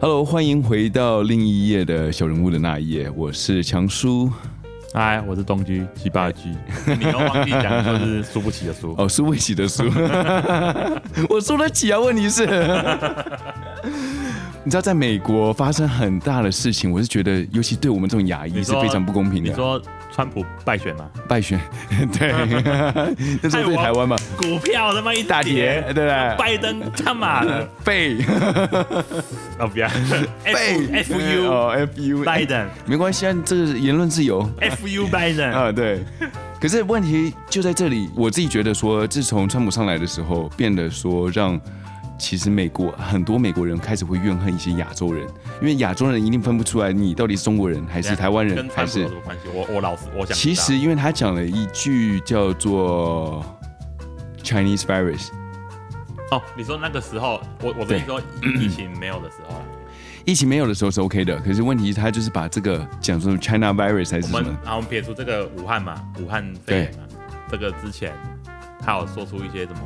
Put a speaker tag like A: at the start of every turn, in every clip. A: Hello，欢迎回到另一页的小人物的那一页，我是强叔。
B: 哎
C: 嗨，我是东居七八居，
B: 你又忘记讲说是输不起的输。
A: 哦，是魏起的书， 我输得起啊？问题是， 你知道在美国发生很大的事情，我是觉得，尤其对我们这种牙医
B: 你
A: 是
B: 说啊
A: 非常不公平
B: 你
A: 的。
B: 说川普败选嘛？
A: 败选， 对，那时候对台湾嘛，
B: 股票他妈一
A: 大跌，对不对？
B: 拜登他妈 的
A: 背
B: 啊 不要 F
A: 背
B: F U
A: 哦，F U
B: 拜登
A: 没关系啊，这个言论自由
B: F U 拜登，
A: 啊，对。可是问题就在这里，我自己觉得说，自从川普上来的时候，变得说让其实美国很多美国人开始会怨恨一些亚洲人，因为亚洲人一定分不出来你到底是中国人还是台湾人
B: 啊跟
A: 还
B: 川普
A: 是
B: 有什。么关系？我我老实我想知道，
A: 其实因为他讲了一句叫做 Chinese virus，
B: 哦，你说那个时候，我我跟你说疫情没有的时候啊，
A: 疫情没有的时候是 OK 的，可是问题是他就是把这个讲成 China virus 还是
B: 我
A: 什
B: 们
A: 么，
B: 啊我们撇除这个武汉嘛，武汉肺炎嘛，这个之前他有说出一些什么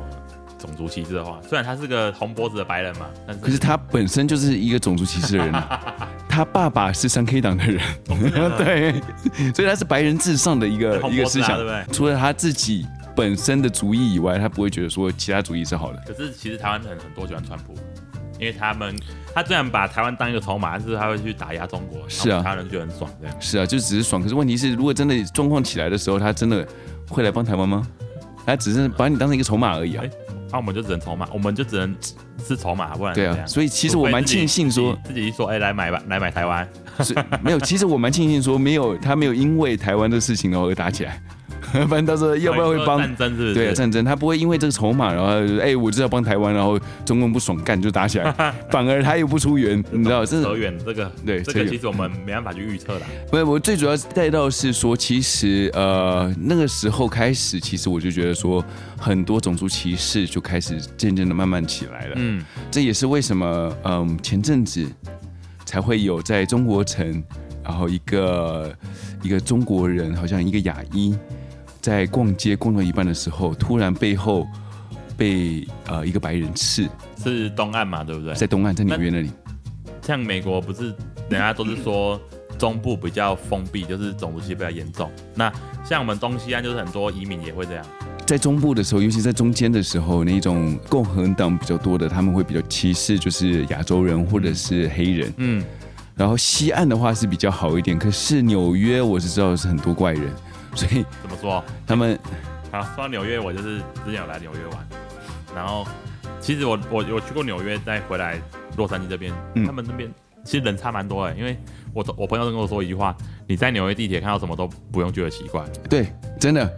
B: 种族歧视的话，虽然他是个红脖子的白人嘛，但
A: 可是他本身就是一个种族歧视的人、啊， 他爸爸是三 K 党的人， 对，所以他是白人至上的一个
B: 红
A: 一个
B: 脖子
A: 思
B: 啊
A: 想
B: 对不，对？
A: 除了他自己本身的主义以外，他不会觉得说其他主义是好的。
B: 可是其实台湾人很多喜欢川普，因为他们他虽然把台湾当一个筹码，但是他会去打压中国，
A: 是啊
B: 然后台湾人就很爽这样。
A: 是啊，就只是爽。可是问题是，如果真的状况起来的时候，他真的会来帮台湾吗？他只是把你当成一个筹码而已啊
B: 哎。那、我们就只能筹码，我们就只能是筹码，不然
A: 对
B: 怎
A: 啊，
B: 样
A: 所以其实我蛮庆幸说，
B: 自己自己说，哎、来买吧，来买台湾，
A: 是没有，其实我蛮庆幸说没有他没有因为台湾的事情然后而打起来， 不然到时候要不然会帮
B: 战争是不是？
A: 对啊，战争，他不会因为这个筹码，然后哎、我就是要帮台湾，然后中共不爽干就打起来，反而他又不出援，你知道，这
B: 扯远这个，
A: 对
B: 这
A: 扯
B: 个
A: 远
B: 其实我们没办法去预测的。
A: 不是我最主要带到是说，其实呃那个时候开始，其实我就觉得说，很多种族歧视就开始渐渐的慢慢起来了。
B: 嗯，
A: 这也是为什么嗯前阵子才会有在中国城，然后一个一个中国人，好像一个亚裔，在逛街逛到一半的时候，突然背后被呃一个白人刺，
B: 是东岸嘛，对不对？
A: 在东岸，在纽约那里。
B: 像美国不是人家都是说中部比较封闭，就是种族歧视比较严重。那像我们东西岸就是很多移民也会这样。
A: 在中部的时候，尤其在中间的时候，那种共和党比较多的，他们会比较歧视就是亚洲人或者是黑人。
B: 嗯，
A: 然后西岸的话是比较好一点，可是纽约我是知道是很多怪人， 所以
B: 怎么说？
A: 他们
B: 好，说到纽约，我就是之前有来纽约玩，然后其实我我我去过纽约，再回来洛杉矶这边，
A: 嗯
B: 他们那边其实人差蛮多的，因为我我朋友跟我说一句话，你在纽约地铁看到什么都不用觉得奇怪，
A: 对，真的，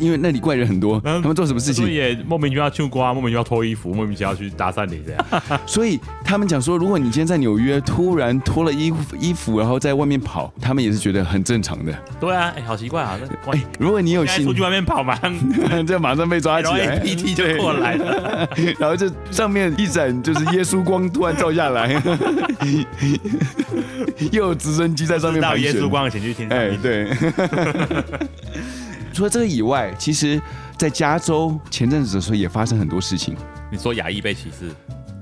A: 因为那里怪人很多，他
B: 嗯
A: 们做什么事
B: 所
A: 情
B: 以，也莫名其妙去刮，莫名其妙脱衣服，莫名其妙去搭讪你这样，
A: 所以他们讲说，如果你今天在纽约突然脱了衣服衣服，然后在外面跑，他们也是觉得很正常的。
B: 对啊，哎、好奇怪啊，那关
A: 哎、如果你有
B: 现在
A: 幸
B: 出去，外面跑嘛，
A: 这马上被抓起
B: 然后
A: 来
B: PT 就过来了，
A: 然后这上面一盏就是耶稣光突然照下来， 又有直升机在上面
B: 到
A: 盘
B: 耶
A: 旋
B: 稣。光的前去听上
A: 哎，
B: 帝，
A: 对。除了这个以外，其实，在加州前阵子的时候也发生很多事情，
B: 你说亚裔被歧视，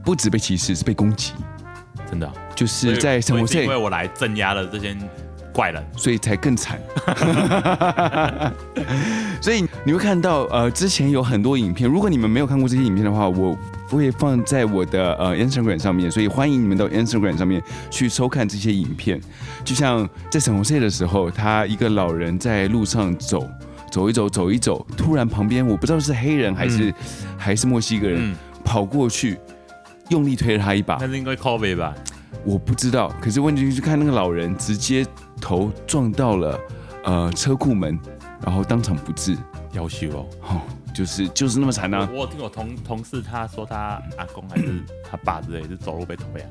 A: 不止被歧视，是被攻击，
B: 真的啊、
A: 就是在
B: 所
A: 生
B: 以
A: 活
B: 所以是因为
A: 在，
B: 我来镇压了这些怪人。
A: 所以才更惨。 所以你会看到，呃，之前有很多影片，如果你们没有看过这些影片的话，我会放在我的呃 Instagram 上面，所以欢迎你们到 Instagram 上面去收看这些影片。就像在沈红岁的时候，他一个老人在路上走。走一走，走一走，突然旁边我不知道是黑人还是、还是墨西哥人、
B: 嗯
A: 跑过去，用力推了他一把
B: 那，是因为 COVID 吧？
A: 我不知道，可是问题是看那个老人直接头撞到了呃车库门，然后当场不治，
B: 要修哦。
A: 哦，就是就是那么惨啊！
B: 我我有听我同同事他说他阿公还是他爸之类是走路被推啊，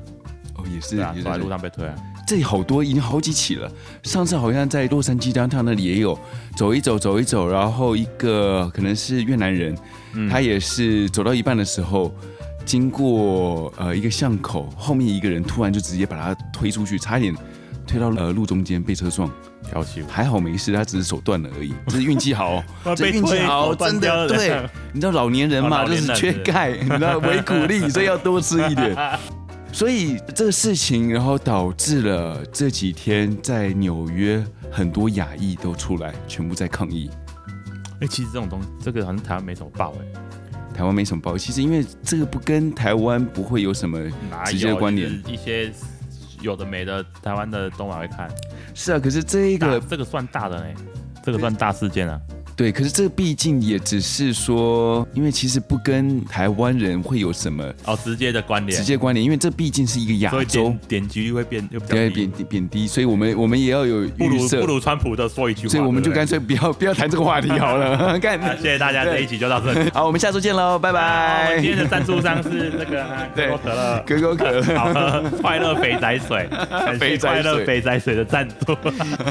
A: 哦，也是，
B: 对啊，
A: 也是
B: 走在路上被推啊。
A: 这里好多已经好几起了。上次好像在洛杉矶 downtown 那里也有，走一走走一走，然后一个可能是越南人，
B: 嗯
A: 他也是走到一半的时候。经过呃一个巷口，后面一个人突然就直接把他推出去，差一点推到呃路中间被车撞，
B: 要哦修，
A: 还好没事，他只是手断了而已，这是运气好哦、这运气好，真的对。你知道老年人嘛，
B: 哦老
A: 就
B: 年人
A: 是缺钙，你知道维骨力，所以要多吃一点。所以这个事情，然后导致了这几天在纽约很多亚裔都出来，全部在抗议。
B: 哎、其实这种东西，这个好像台湾没什么报哎、
A: 台湾没什么报，其实因为这个不跟台湾不会有什么
B: 哪
A: 直接的
B: 有
A: 关
B: 就
A: 联
B: 是一些有的没的，台湾的东马会看。
A: 是啊，可是这一
B: 这个
A: 个
B: 这个算大的嘞，这个算大事件啊。
A: 对，可是这个毕竟也只是说，因为其实不跟台湾人会有什么
B: 哦，直接的关联，
A: 直接关联，因为这毕竟是一个亚
B: 所以
A: 洲
B: 点，点击率会变又比较
A: 对
B: 低
A: 贬，低贬低，所以我们我们也要有
B: 不
A: 预
B: 如
A: 设
B: 不，如川普的说一句话，
A: 所以我们就
B: 对不对
A: 干脆不要不要谈这个话题好 了，干
B: 啊，谢谢大家，
A: 对
B: 这一集就到这 里。
A: 好，我们下周见喽，拜
B: 好我
A: 拜
B: 们。今天的赞助商是那个啊可
A: 对
B: 口可乐。
A: 可口可乐，
B: 好喝快乐肥仔水，感谢
A: 肥仔
B: 快
A: 水
B: 乐肥仔水的赞助。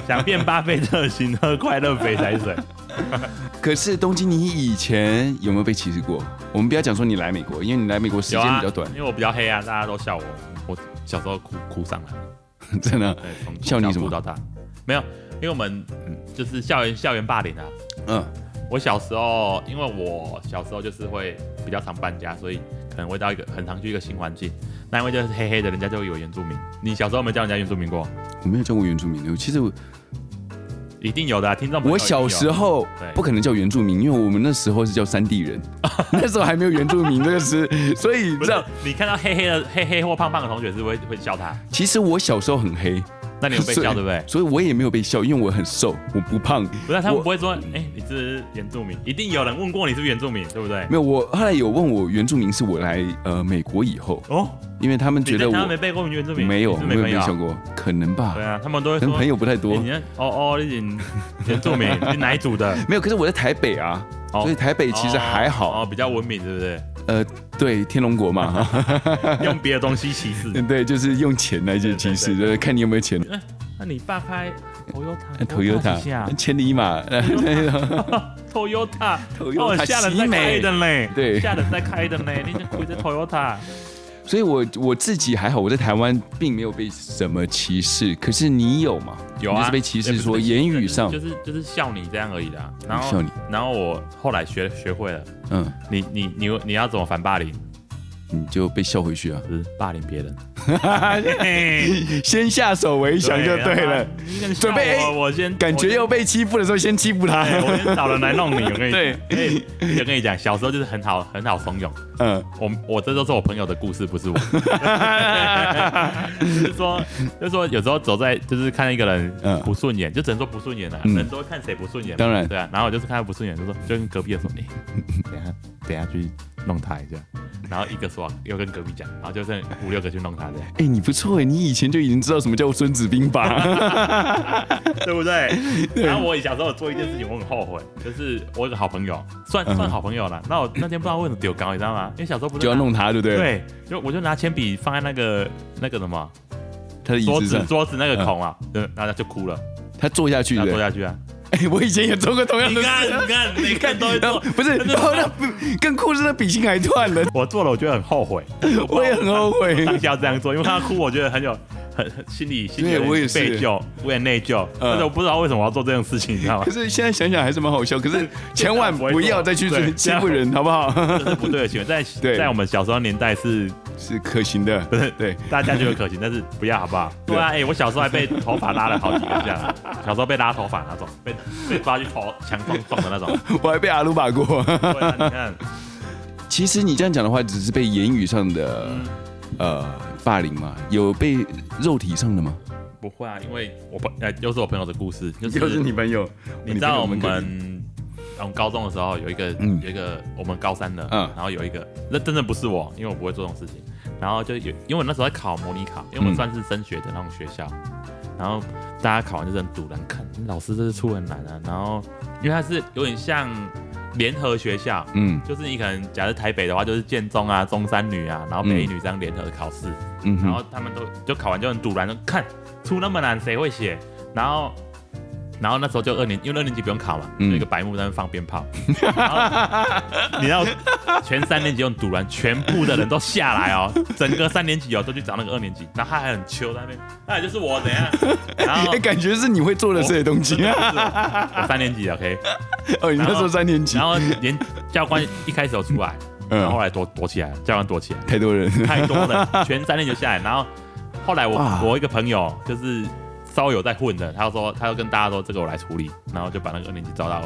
B: 想变巴菲特，请喝快乐肥仔水。
A: 可是东京，你以前有没有被歧视过？我们不要讲说你来美国，因为你来美国时
B: 有
A: 间
B: 啊，
A: 比较短，
B: 因为我比较黑啊，大家都笑我。我小时候哭哭上来，
A: 真的。
B: 啊对，从
A: 笑你
B: 小
A: 什么
B: 哭到大，没有，因为我们嗯就是校园校园霸凌啊。
A: 嗯，
B: 我小时候，因为我小时候就是会比较常搬家，所以可能会到一个很常去一个新环境。那因为就是黑黑的，人家就会有原住民。你小时候有没有叫人家原住民过？
A: 我没有叫过原住民的，其实我
B: 一定有的啊、听众朋友
A: 我
B: 一定
A: 小
B: 有。
A: 时候
B: 对
A: 不可能叫原住民，因为我们那时候是叫山地 人，那时候还没有原住民这个词，所以
B: 不
A: 这
B: 是
A: 样。
B: 你看到黑黑的黑黑或胖胖的同学是会会笑他，
A: 其实我小时候很黑，
B: 那你有被
A: 所以
B: 笑对不对？
A: 所以我也没有被笑，因为我很瘦，我不胖。
B: 不是，他们
A: 我
B: 不会说，哎、你是不是原住民，一定有人问过你是不是原住民，对不对？
A: 没有，我后来有问我原住民是我来呃美国以后，
B: 哦，
A: 因为他们
B: 你
A: 觉
B: 在
A: 得
B: 台湾
A: 我
B: 没被过原住民，
A: 没有
B: 你是
A: 没
B: 没
A: 有
B: 朋
A: 被
B: 友啊
A: 笑过，可能吧
B: 对，啊，他们都会
A: 可
B: 说
A: 能朋友不太
B: 欸
A: 多
B: 你。那哦哦，你是原住民， 你哪一组的？
A: 没有，可是我在台北啊，
B: 哦
A: 所以台北其实还
B: 哦，
A: 好。
B: 哦比较文明，对不对？
A: 呃，对，天龙国嘛， 哈
B: 用别的东西歧 视。哎
A: 对，就是用钱来去歧视，就是看你有没有钱。
B: 那你爸开 Toyota
A: 嗯哎 Toyota 千里马，
B: 啊 Toyota，
A: Toyota
B: 哦吓人在
A: 西
B: 开
A: 美
B: 的嘞，
A: 对
B: 吓人在开的嘞，你这开着 Toyota，
A: 所以我我自己还好，我在台湾并没有被什么歧视，可是你 有嘛？你就是被歧视说言语上
B: 就是就是笑你这样而已啦。然后
A: 笑你，
B: 然后我后来学学会了，
A: 嗯，
B: 你你你你要怎么反霸凌？
A: 你就被笑回 去啊，
B: 就是霸凌别人，
A: 先下手为强就对了。
B: 了
A: 准备哎
B: 我先
A: 感觉
B: 我先
A: 要被欺负的时候，先欺负他。
B: 哎对，我先找人来弄你，我跟你
A: 对
B: 对，我跟你讲，小时候就是很好很好怂恿。
A: 嗯，
B: 我我这都是我朋友的故事，不是我。 就是说，就是说，有时候走在就是看到一个
A: 嗯
B: 人不顺眼，就只能说不顺眼了、
A: 嗯
B: 人都会看谁不顺眼嘛。
A: 当然
B: 对啊。然后我就是看他不顺眼，就说就跟隔壁的 说，你、等一下等一下去弄他一下。然后一个说，又跟隔壁讲，然后就剩五六个去弄他的，
A: 哎、你不错哎，你以前就已经知道什么叫《孙子兵法》
B: 对不对？然后我小时候做一件事情，我很后悔，就是我有个好朋友，算
A: 嗯
B: 算好朋友了。那我那天不知道为什么丢高，你知道吗？因为小时候不是
A: 就要
B: 拿
A: 弄他，对不对？，
B: 对，就我就拿铅笔放在那个那个什么
A: 他的椅
B: 桌
A: 子
B: 子
A: 上，嗯
B: 桌子那个孔啊，对，然后他就哭了，
A: 他坐下去
B: 然后
A: 的
B: 坐。下去啊。
A: 哎、我以前也做过同样
B: 你
A: 的
B: 看，
A: 事。
B: 你看，你看都会
A: 然后
B: 做。
A: 不是，然后那更酷是那笔芯还断 了，
B: 我做了，我觉得很后悔，
A: 我也很后悔。
B: 当下这样做，因为他哭，我觉得很有很很心里心里
A: 对
B: 有点
A: 我也是嗯
B: 被疚，我也内疚，但是我不知道为什么我要做这种事情，你知 道吗
A: 可？是现在想想还是蛮好笑，可 是千万不要再去
B: 对
A: 欺负人，好不好？
B: 这是不对的行为，在
A: 对
B: 在我们小时候年代是
A: 是可行的，对，
B: 大家觉得可行，但是不要好不好？
A: 对
B: 对啊，哎、我小时候还被头发拉了好几个 下，小时候被拉头发那种，被被抓去头强撞撞的那种。
A: 我还被阿鲁巴过。
B: 对啊，你看，
A: 其实你这样讲的话，只是被言语上的、
B: 嗯
A: 呃霸凌嘛，有被肉体上的吗？
B: 不会啊，因为我朋呃，又是我朋友的故事，就是
A: 就是你朋友，
B: 你知道我们嗯
A: 这个可以
B: 我们高中的时候有一个、
A: 嗯
B: 有一个我们高三的，
A: 嗯
B: 然后有一个那真的不是我，因为我不会做这种事情。然后就有，因为我那时候在考模拟考，因为我
A: 嗯
B: 们算是升学的那种学校，然后大家考完就是很堵然看老师这是出很难啊。然后因为它是有点像联合学校，
A: 嗯
B: 就是你可能假设台北的话就是建中啊、中山女啊，然后北一女这样联合的考试，
A: 嗯
B: 然
A: 哼
B: 后他们都就考完就很堵然，就看出那么难谁会写？然后，然后那时候就二年，因为二年级不用考嘛，
A: 嗯
B: 就一个白目在那边放鞭炮。然后你要全三年级用堵然，全部的人都下来 哦，整个三年级哦都去找那个二年级，然后他还很秋在那边，那就是我怎样？然后
A: 哎、感觉是 你会做的这些东西
B: 真的不是我我三年级 OK，
A: 哦，你那时候三年级
B: 然，后连教官一开始有出来，
A: 嗯
B: 然后后来躲躲起来了，教官躲起来了，
A: 太多人，
B: 太多了， 全三年级就下来。然后后来我
A: 哇
B: 我一个朋友就是稍微有在混的，他就说他就跟大家说这个我来处理，然后就把那个二年级招到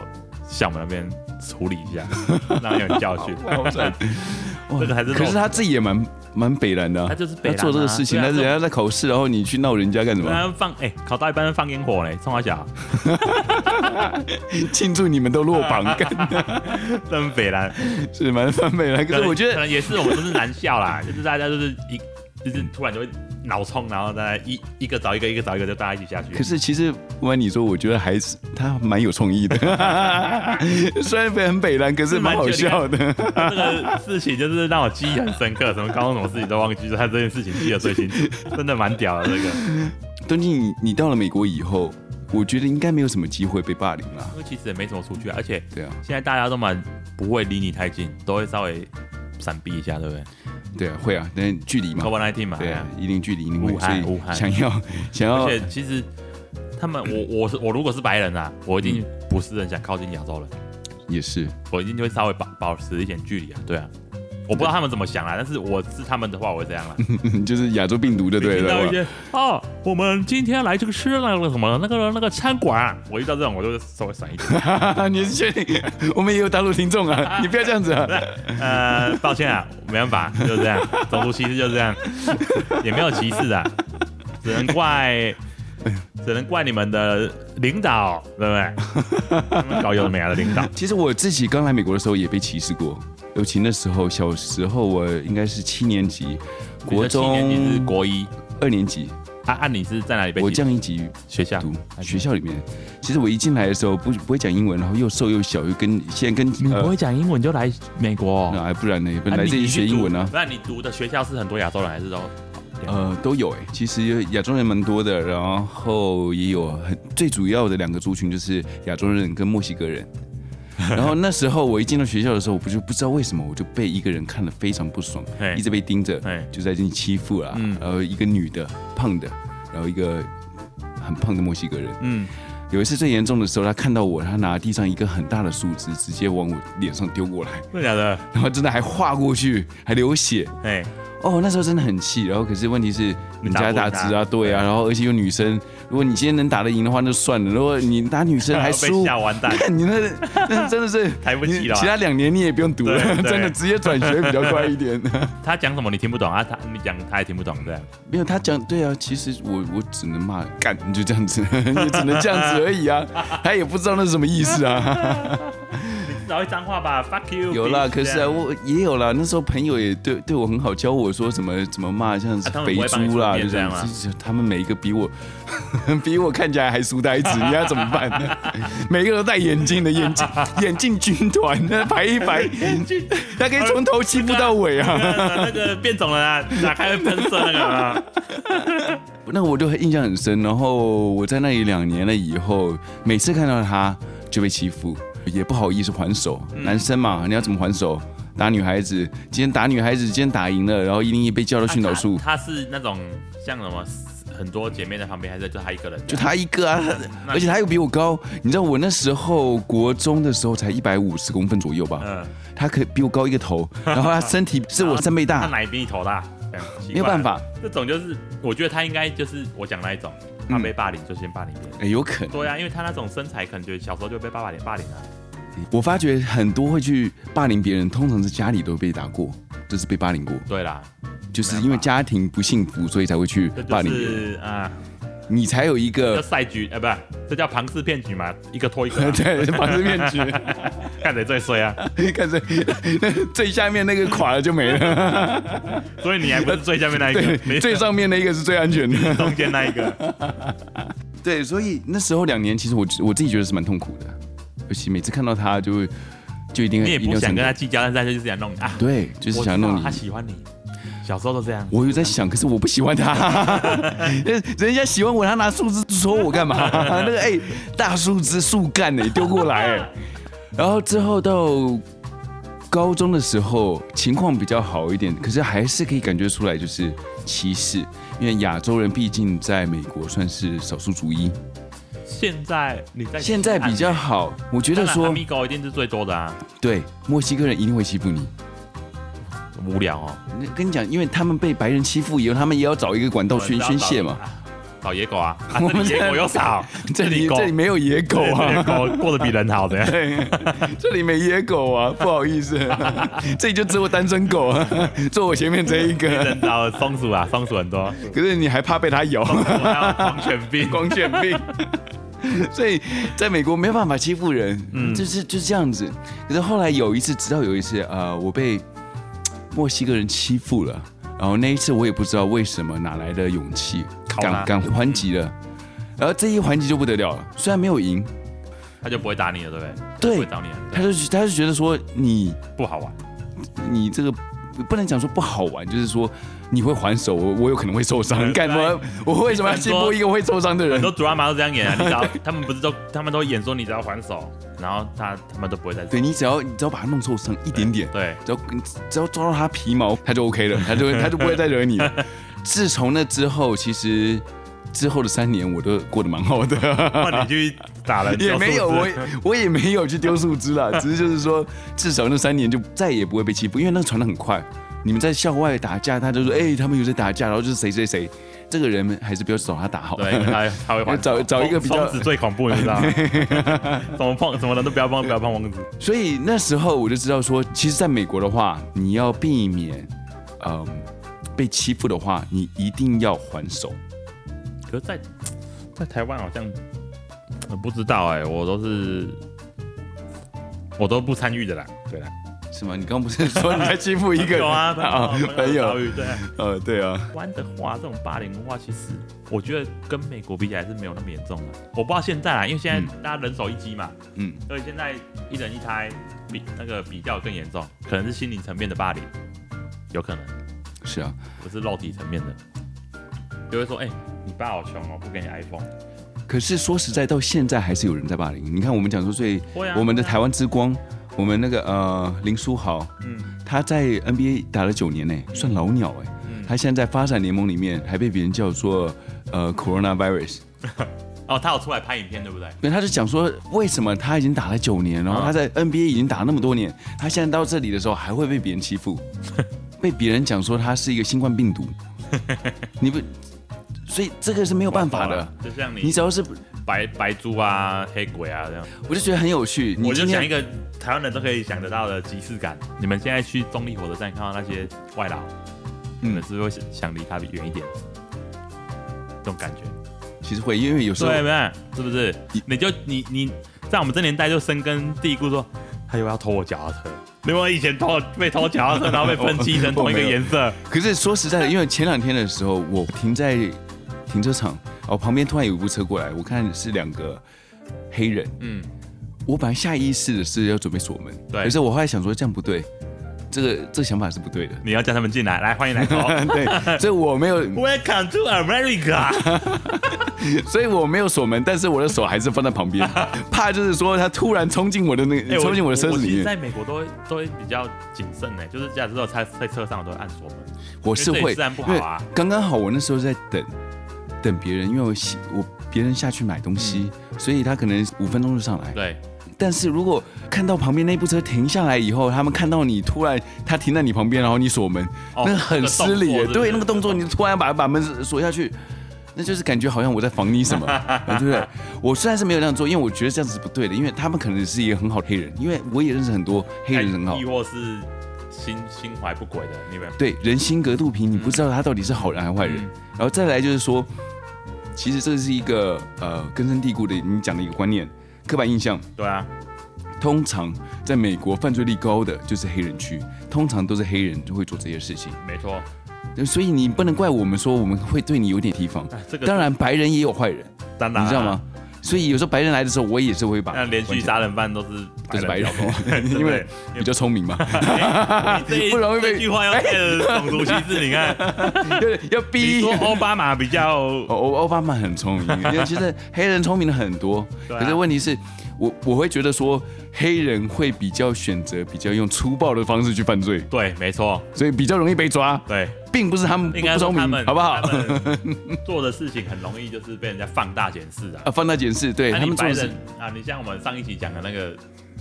B: 校门那边处理一下， 让人有教训。
A: 哇
B: 这个还是
A: 可是他自己也蛮蛮北蓝的啊
B: 他，就是
A: 他
B: 北兰啊
A: 做这个事情，
B: 对啊
A: 但是人家在考试，然后你去闹人家干什
B: 不
A: 么？
B: 然放哎、考到一半放烟火嘞，冲他小，
A: 庆祝你们都落 榜，干
B: 真北蓝。
A: 是蛮反北蓝。可是我觉
B: 可
A: 得
B: 能也是我们都是男 校啦，就是大家就是一就是突然就会脑冲，然后大家一一个找一个，一个找一个，就大家一起下去。
A: 可是其实不瞒你说，我觉得还是他蛮有创 意的，虽然北很北蓝，可是蛮好笑的。
B: 这个事情就是让我记忆很深刻，什么高中什么事情都忘记，就他这件事情记得最清 楚，真的蛮屌的。这个，
A: 东进，你你到了美国以后，我觉得应该没有什么机会被霸凌了。
B: 因为其实也没什么出去啊，而且
A: 对啊，
B: 现在大家都蛮不会离你太近，都会稍微闪避一下，对不对
A: 对啊，会啊，但距离嘛，
B: ？COVID 1 9嘛，
A: 对啊，一定距离，一定会，
B: 哎武
A: 所
B: 汉武
A: 以
B: 汉
A: 想 要想
B: 而
A: 要
B: 且其实他们，我我是我如果是白人啊，我一定不是很想靠近亚洲人，
A: 也是，
B: 我一定就会稍微保保持一点距离啊，对啊。我不知道他们怎么想啊，但是我是他们的话，我会这样啊啦。
A: 就是亚洲病毒就对
B: 听到
A: 了
B: 一。些哦，我们今天来这个吃那个什么那个那个餐馆，我遇到这种我就稍微闪一点。
A: 你是确定？ 我们也有大陆听众 啊，你不要这样子啊。
B: 呃，抱歉啊，没办法，就这样，种族歧视就这样，也没有歧视啊，只能怪，只能怪你们的领导，对不 对？他们搞有的没的领导，
A: 其实我自己刚来美国的时候也被歧视过，尤其那时候小时候我应该是七年级，国
B: 你的七年级是
A: 中
B: 国一，
A: 二年级，
B: 啊，按你是在哪里被
A: 我
B: 歧视？
A: 降一级
B: 学校
A: 读学校里面。其实我一进来的时候不不会讲英文，然后又瘦又小，又跟现在跟呃，
B: 会讲英文就来美国
A: 那还不然呢？也不
B: 啊
A: 能来这里学英文啊
B: 你。读那你读的学校是很多亚洲人还是都？
A: 呃，都有哎、其实亚洲人蛮多的，然后也有很最主要的两个族群就是亚洲人跟墨西哥人。然后那时候我一进到学校的时候，我不就不知道为什么我就被一个人看得非常不爽，
B: 嘿
A: 一直被盯着，
B: 哎，
A: 就在进欺负啦。
B: 嗯
A: 然后一个女的，胖的，然后一个很胖的墨西哥人。
B: 嗯，
A: 有一次最严重的时候，他看到我，他拿地上一个很大的树枝，直接往我脸上丢过来，
B: 真的假的？
A: 然后真的还划过去， 还流血。
B: 哎，
A: 哦，那时候真的很气，然后可是问题是
B: 你
A: 人
B: 打哎
A: 家
B: 不赢
A: 大
B: 他
A: 只啊，对啊，然后而且有女生，如果你今天能打得赢的话，那就算了；如果你打女生还
B: 被
A: 输，
B: 吓完蛋，
A: 你那那真的是
B: 抬不起了啊
A: 你其他两年你也不用读了，
B: 对 对
A: 真的直接转学比较快一点。
B: 他讲什么你听不懂啊？他你讲他也听不懂，啊对。
A: 没有他讲对啊，其实我我只能骂干，你就这样子， 也只能这样子而已 啊，他也不知道那是什么意思啊。
B: 找一脏话吧，fuck you。
A: 有啦，
B: bitch，
A: 可是啊，
B: 这样
A: 我也有啦。那时候朋友也对对我很好，教我说怎么怎么骂，像是
B: 啊他们
A: 肥
B: 不会帮你
A: 猪啦，
B: 出面
A: 就
B: 这样吗
A: 是他们每一个比我 比我看起来还书呆子，你要怎么办 呢？每个都戴眼镜的眼镜眼镜军团， 那排一排，他可以从头欺负到尾啊。
B: 那个变种人啊，打开会喷射 那个啊。
A: 那我就印象很深。然后我在那里两年了以后，每次看到他就被欺负，也不好意思还手。
B: 嗯
A: 男生嘛，你要怎么还手？打女孩子，今天打女孩子，今天打赢了，然后一定被叫到训导处，
B: 他是那种像什么很多姐妹在旁边，还是就他一个人？
A: 就他一个 啊，而且他又比我高。你知道我那时候国中的时候才一百五十公分左右吧，
B: 嗯，
A: 他可比我高一个头，然后他身 体是我三倍
B: 他
A: 大，
B: 哪一边头大？这样
A: 啊
B: 奇怪
A: 没有办，法，
B: 这种就是我觉得他应该就是我讲那一种，
A: 嗯
B: 他被霸凌就先霸凌别人。
A: 哎有可能。
B: 对啊，因为他那种身材，可能就小时候就被爸爸凌霸凌啊。
A: 我发觉很多会去霸凌别人，通常是家里都被打过，就是被霸凌过。
B: 对啦，
A: 就是因为家庭不幸福，所以才会去
B: 这
A: 霸
B: 就
A: 凌别人。
B: 是啊，
A: 你才有一
B: 叫
A: 个
B: 赛局，呃，不是，这叫庞氏骗局嘛，一个拖一个啊，
A: 对纺织面具，
B: 看谁最衰啊。
A: 看这那最下面那个垮了就没了，
B: 所以你还不是最下面那一个，
A: 对，
B: 你
A: 最上面那一个是最安全 的。
B: 中间那一个。
A: 对，所以那时候两年，其实我我自己觉得是蛮痛苦的，尤其每次看到他就会就一定
B: 你也
A: 一定
B: 不
A: 要
B: 想
A: 生
B: 跟
A: 气
B: 他计较，但是他就是想弄你啊，
A: 对，就是
B: 我
A: 想
B: 知道
A: 弄你
B: 他。喜欢你，小时候都这样。
A: 我有在想，可是我不喜欢 他，人人家喜欢我，他拿树枝戳我干 嘛？那个哎、大树枝树干呢、丢过来、哎然后之后到高中的时候，情况比较好一点，可是还是可以感觉出来就是歧视，因为亚洲人毕竟在美国算是少数族裔。
B: 现在你在
A: 现在比较好，我觉
B: 觉
A: 得说
B: 米狗一定是最多的啊，
A: 对墨西哥人一定会欺负你，
B: 无聊哦，
A: 跟你讲，因为他们被白人欺负以后，他们也要找一个管道宣宣泄嘛。
B: 啊，找野狗啊，啊
A: 我
B: 这
A: 们
B: 里野狗又少，
A: 这里
B: 狗
A: 这里没有野狗
B: 对
A: 啊，
B: 这里狗过得比人好的，
A: 对，这里没野狗啊，不好意思，这里就只有单身狗啊，坐我前面这一个，
B: 人找松鼠啊，松鼠很多，
A: 可是你还怕被它咬，
B: 我还有狂犬病，
A: 狂犬病。所以在美国没有办法欺负人，就是就是这样子。可是后来有一次，直到有一次，呃，我被墨西哥人欺负了，然后那一次我也不知道为什么哪来的勇气，
B: 考
A: 敢
B: 拉
A: 敢还击了。然后这一还击就不得了了，虽然没有赢，
B: 它就不会打你了，对不对？
A: 对
B: 不会找你了，
A: 他
B: 对
A: 就他就觉得说你
B: 不好玩。
A: 你这个不能讲说不好玩，就是说你会还手，我我有可能会受伤。
B: 对
A: 干嘛？我为什么要欺负一个会受伤的人
B: 很？多 drama 都这样演啊，你只 要他们不是都他们都演说你只要还手，然后他他们都不会再
A: 对你只要你只要把他弄受伤一点点，
B: 对，
A: 只要只要抓到他皮毛，他就 OK 了，他 就他就不会再惹你了。自从那之后，其实之后的三年我都过得蛮好的。
B: 换你去打 人
A: 也 没有，
B: 就是
A: 我也我也没有去丢树枝啦，只是就是说，至少那三年就再也不会被欺负，因为那个传的很快。你们在校外打架，他就说，哎、他们有在打架，然后就是谁谁谁，这个人还是不要找他打好。
B: 对，因为他他会还手
A: 找找一个比较
B: 疯子最恐怖，你知道吗？ 怎么碰什么人都不要碰，不要碰疯子。
A: 所以那时候我就知道说，其实在美国的话，你要避免，嗯、被欺负的话，你一定要还手。
B: 可是在在台湾好像我不知道哎、我都是我都不参与的啦。对啦，
A: 是吗？你刚不是说你在欺负一个
B: 有啊，
A: 啊
B: 朋
A: 朋
B: 友
A: 友
B: 遭遇对啊。
A: 呃，对啊，
B: 台湾的话，这种霸凌文化其实我觉得跟美国比起来是没有那么严重的。我不知道现在啦，啊因为现在大家人手一机嘛，
A: 嗯，
B: 所以现在一人一胎比那个比较更严重，可能是心理层面的霸凌，有可能
A: 是啊，
B: 不是肉体层面的，就会说，哎、你爸好穷哦，不给你 iPhone。
A: 可是说实在，到现在还是有人在霸凌。你看，我们讲说最
B: 会啊
A: 我们的
B: 会啊
A: 台湾之光，我们那个呃林书豪，
B: 嗯
A: 他在 NBA 打了九年呢，算老鸟哎。
B: 嗯，
A: 他现在在发展联盟里面还被别人叫做呃 coronavirus，
B: 哦，他有出来拍影片，对不对？
A: 因为他就讲说为什么他已经打了九年，然后
B: 啊
A: 他在 NBA 已经打了那么多年，他现在到这里的时候还会被别人欺 负，被别人讲说他是一个新冠病毒，你不，所以这个是没有办法的。，
B: 哦就像
A: 你
B: 你
A: 只要是，
B: 白白猪啊、黑鬼啊这样。
A: 我就觉得很有趣。你
B: 我就
A: 今天
B: 想一个台湾人都可以想得到的即视感。你们现在去中立火车站看到那些外劳，你们是不是会想离他远一点？这种感觉，
A: 其实会，因为有时候
B: 对不对？是不是？嗯你就你你在我们这年代就深根蒂固说，他又要偷我脚踏车。因为我以前偷被偷脚踏车，然后被喷漆成同一个颜色，
A: 可是说实在的，因为前两天的时候，我停在停车场，哦，旁边突然有一部车过来，我看是两个黑人，
B: 嗯，
A: 我本来下意识的是要准备锁门，
B: 对
A: 可是我后来想说这样不对，这个这个想法是不 对的
B: ，你要叫他们进来，来欢迎来偷。
A: 对，所以我没有，
B: Welcome to America，
A: 所以我没有锁门，但是我的手还是放在旁 边，怕就是说他突然冲进我的那
B: 哎
A: 个冲进我的车子
B: 其
A: 里
B: 实
A: 面，
B: 在美国都会都会比较谨慎呢，就是假如说在在车上我都会按锁门。
A: 我是
B: 因为这
A: 会，
B: 也自然不好
A: 因为
B: 啊
A: 刚刚好我那时候在等等别人，因为我喜我别人下去买东西，所以他可能五分钟就上来。
B: 嗯对，
A: 但是如果看到旁边那部车停下来以后，他们看到你突然他停在你旁边，然后你锁门，
B: 哦
A: 那很失礼耶。
B: 那个动作是不是
A: 对，那个动作你突然把把门锁下去，那就是感觉好像我在防你 什么，对不对？我虽然是没有这样做，因为我觉得这样子是不对的，因为他们可能是一个很好的黑人，因为我也认识很多黑人很好
B: 亦。或是心心怀不轨的，你们
A: 对，人心隔肚皮，你不知道他到底是好人还是坏人。
B: 嗯
A: 然后再来就是说，其实这是一个呃根深蒂固的你讲的一个观念、刻板印象。
B: 对啊，
A: 通常在美国犯罪率高的就是黑人区，通常都是黑人就会做这些事情，
B: 没错，
A: 所以你不能怪我们说我们会对你有点提防。
B: 哎这个
A: 当然，白人也有坏人，
B: 当然啊
A: 你知道吗？？所以有时候白人来的时候，我也是会把
B: 那连续杀人犯都是
A: 都是白人
B: 比较多 对
A: 因为
B: 对
A: 比较聪明嘛，
B: 哎你这一
A: 不容易被哎
B: 这句话要带着种族歧视，你看，
A: 要
B: 你
A: 逼
B: 说奥巴马比 较
A: 哦奥奥巴马很聪 明，因为其实黑人聪明的很多，
B: 对啊
A: 可是问题是，我我会觉得说黑人会比较选择比较用粗暴的方式去犯罪，
B: 对，没错，
A: 所以比较容易被抓，
B: 对，
A: 并不是他们不
B: 应该
A: 不
B: 说
A: 聪
B: 他
A: 明，
B: 们
A: 好不好？
B: 他们做的事情很容易就是被人家放大检视的
A: 啊，。放大检视，对
B: 那
A: 他
B: 你
A: 们做
B: 白
A: 的是
B: 人啊，你像我们上一期讲的那个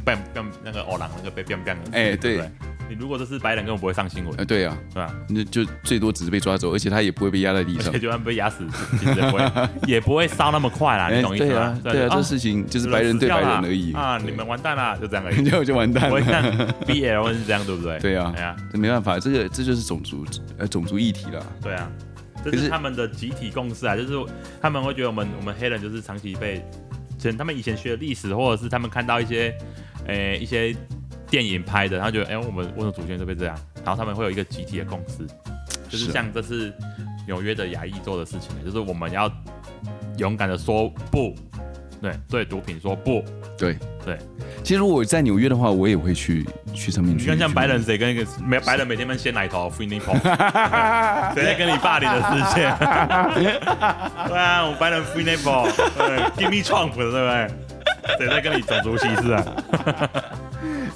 B: bang bang 那个欧郎那个被 bang bang 的事情，
A: 哎
B: 对
A: 对
B: 不对，你如果这是白人，根本不会上新闻，
A: 呃，对啊，
B: 对吧？
A: 那就最多只是被抓走，而且他也不会被压在地
B: 而
A: 上
B: 且。就算被压死，其实也 不会也不会烧那么快啦，你懂意思
A: 对
B: 吗
A: 啊？，对啊，
B: 哦
A: 这事情就是白人对白人而已
B: 啊，
A: 对
B: 你们完蛋啦，就这样而已。
A: 就就完蛋
B: 我
A: 了。
B: 像 BL 问是这样，对不对？
A: 对啊
B: 哎，呀，
A: 这没办法，这个这就是种族呃种族议题啦。
B: 对啊，这
A: 可
B: 是
A: 是
B: 他们的集体共识啊，就是他们会觉得我们我们黑人就是长期被，前他们以前学的历史，或者是他们看到一些，诶、一些电影拍的，然后觉得，哎、我们我们的祖先就被这样，然后他们会有一个集体的共识，就是
A: 是啊
B: 像这次纽约的亚裔做的事情，就是我们要勇敢的说不，对对，毒品说
A: 啊
B: 不，
A: 对
B: 对，
A: 其实如果我在纽约的话，我也会去去上面
B: 你
A: 去。
B: 看像
A: 去
B: 白人谁跟一个没白人每天们鲜奶头 free nipple，谁在跟你霸凌的世界？对啊，我们白人 free nipple，对，give me Trump，对不对？谁在跟你种族歧视啊？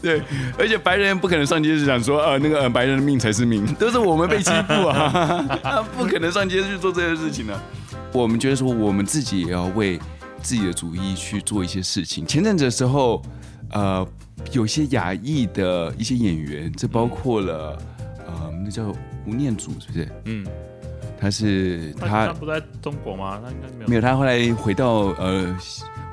A: 对，而且白人不可能上街是想说，呃，那个、呃、白人的命才是命， 都是我们被欺负啊， 他不可能上街去做这些事情的、啊我们觉得说，我们自己也要为自己的主义去做一些事情。前阵子的时候，呃，有些亚裔的一些演员，这包括了，呃，那叫吴念祖是不是？
B: 嗯，
A: 他是
B: 他
A: 他
B: 他不在中国吗？他应该没有。
A: 没有，他后来回到呃，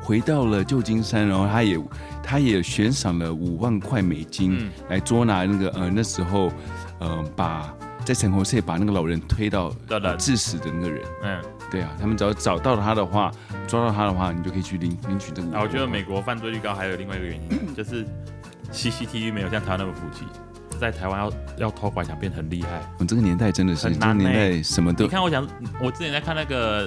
A: 回到了旧金山，然后他也他也悬赏了五万块美金、
B: 嗯
A: 来捉拿那个呃那时候呃把在圣何塞把那个老人推到呃
B: 的人
A: 致死的那个人。
B: 嗯，
A: 对啊，他们只要找到他的话，抓到他的话，你就可以去领领取这个5万
B: 啊，
A: 块。
B: 我觉得美国犯罪率高还有另外一个原因，就是 CCTV 没有像台湾那么普及，在台湾要要偷拐抢变很厉害。
A: 我们哦这个年代真的是
B: 很
A: 这个
B: 难
A: 年
B: 欸
A: 代什么
B: 你
A: 都
B: 看，我想，我之前在看那个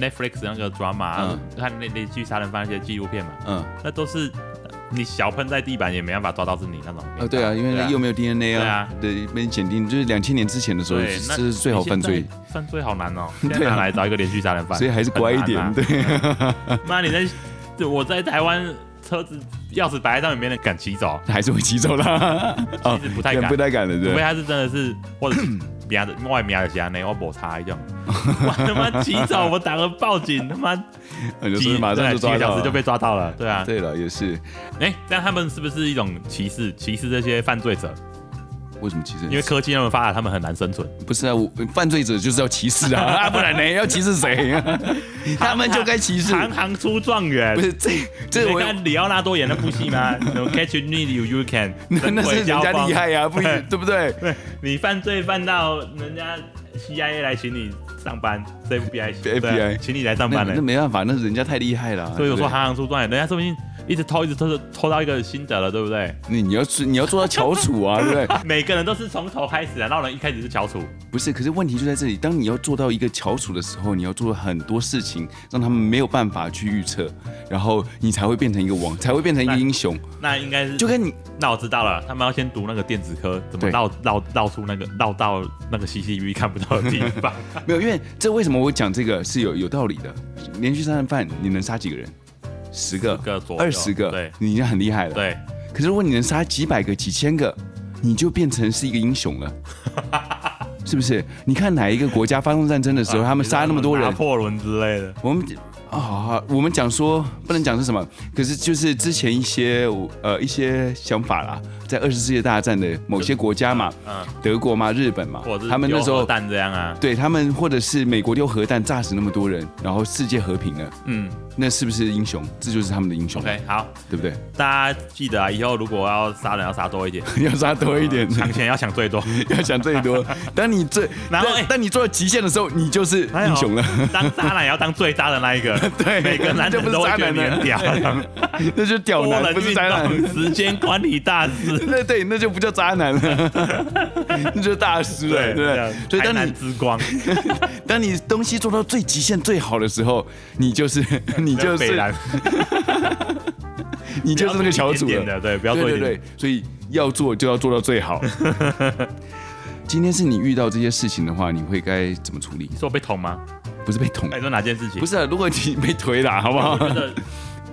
B: Netflix 那个 drama，、
A: 嗯
B: 看那那剧杀人犯那些纪录片嘛，
A: 嗯
B: 那都是呃你小喷在地板也没办法抓到是你那种。
A: 呃对啊，因为又没有 DNA 啊，对，被检定就是两千年之前的时候，
B: 对，
A: 这
B: 那
A: 是最好犯罪
B: 你，现在犯罪好难哦，现
A: 对啊
B: 在哪来找一个连续杀人犯？
A: 所以还是乖一点，
B: 很
A: 对。
B: 难啊。妈，你在，对我在台湾车子钥匙摆在上面，没人敢骑走，
A: 还是会骑走 啦。哦
B: 其实不太敢
A: 不太敢的，
B: 除非
A: 对。
B: 他是真的是或者是瞄的外瞄的下内，我抹 擦一样。我他妈骑走，我打个报警，他妈
A: 我就
B: 几
A: 是马上就
B: 对几
A: 抓
B: 个
A: 到
B: 小
A: 了
B: 时就被抓到了，对啊，
A: 对了，也是
B: 哎、这样他们是不是一种歧视？歧视这些犯罪者？
A: 为什么歧视？
B: 因为科技那么发达，他们很难生存。
A: 不是啊，我犯罪者就是要歧视啊， 啊不然呢要歧视谁？ 他们就该歧视。
B: 行行出状元
A: 不。是这这
B: 你
A: 我
B: 看里奥纳多演那部戏吗 No,？Catch me if you can，
A: 那那是人家厉。害呀，不一
B: 对
A: 对不对？
B: 对，你犯罪犯到人家 CIA 来请你上班是，FBI
A: 对
B: 对啊
A: FBI
B: 请你来上
A: 那
B: 班
A: 那
B: 了。
A: 没办法，那人家太厉害了。
B: 所以我
A: 对不对
B: 说行行出状元，人家说不定一直偷，一直偷，偷到一个心得了，对不对？
A: 你你要你要做到翘楚啊，对不对？
B: 每个人都是从头开始啊，让人一开始是翘楚。
A: 不是，可是问题就在这里，当你要做到一个翘楚的时候，你要做很多事情，让他们没有办法去预测，然后你才会变成一个王，才会变成一个英雄。
B: 那应该是
A: 就跟你
B: 那我知道了，他们要先读那个电子科，怎么
A: 对
B: 绕绕绕出那个绕到那个 CCTV E 看不到的地 方。
A: 没有，因为这为什么我讲这个是有有道理的。连续杀人犯，你能杀几个人？十个、
B: 10个左右
A: 二十个，
B: 对
A: 你已经很厉害了。。
B: 对，
A: 可是如果你能杀几百个、几千个，你就变成是一个英雄 了，是不是？你看哪一个国家发动战争的时候，
B: 啊
A: 他们杀那么多人
B: 拿，破仑之类的，
A: 我们啊、我们讲说不能讲是什么，可是就是之前一些呃一些想法啦，在二次世界大战的某些国家嘛，
B: 嗯，
A: 德国嘛、日本嘛
B: 或者，是
A: 他们那时
B: 丢
A: 候
B: 核弹这样啊，
A: 对他们，或者是美国丢核弹炸死那么多人，然后世界和平了，
B: 嗯
A: 那是不是英雄？这就是他们的英雄
B: ，OK，好，
A: 对不对？
B: 大家记得啊，以后如果要杀人要杀多一点，
A: 要杀多一 点，
B: 抢钱要抢最多。
A: 要想最 多。当你最，
B: 然后
A: 当
B: 哎
A: 当你做到极限的时候，你就是
B: 哪有
A: 英雄了。
B: 哎 当渣男也要当最渣的那一个，
A: 对
B: 每个男
A: 这
B: 人
A: 不是
B: 都会
A: 渣
B: 觉得
A: 男
B: 你 很屌，
A: 那就 屌
B: 多
A: 男，
B: 人
A: 不是
B: 运
A: 渣男。
B: 动，时间管理 大师，
A: 那对，那就不叫渣男了， 那就大师了，对不
B: 这样
A: 对？所以
B: 台
A: 当
B: 南
A: 你
B: 之光，
A: 当你东西做到最极限、最好的时候，你就是你就
B: 北
A: 是
B: 南
A: 你 就是那个小组
B: 不要做一点
A: 了
B: 点。的，对，不要做
A: 对
B: 一
A: 对
B: 点点
A: 对，所以要做就要做到最好。 今天是你遇到这些事情的话，你会该怎么处理？
B: 你说我被捅吗？
A: 不是被捅
B: 哎，，你说哪件事情？
A: 不是、啊，如果你 被推啦，好不
B: 我
A: 好？
B: 觉得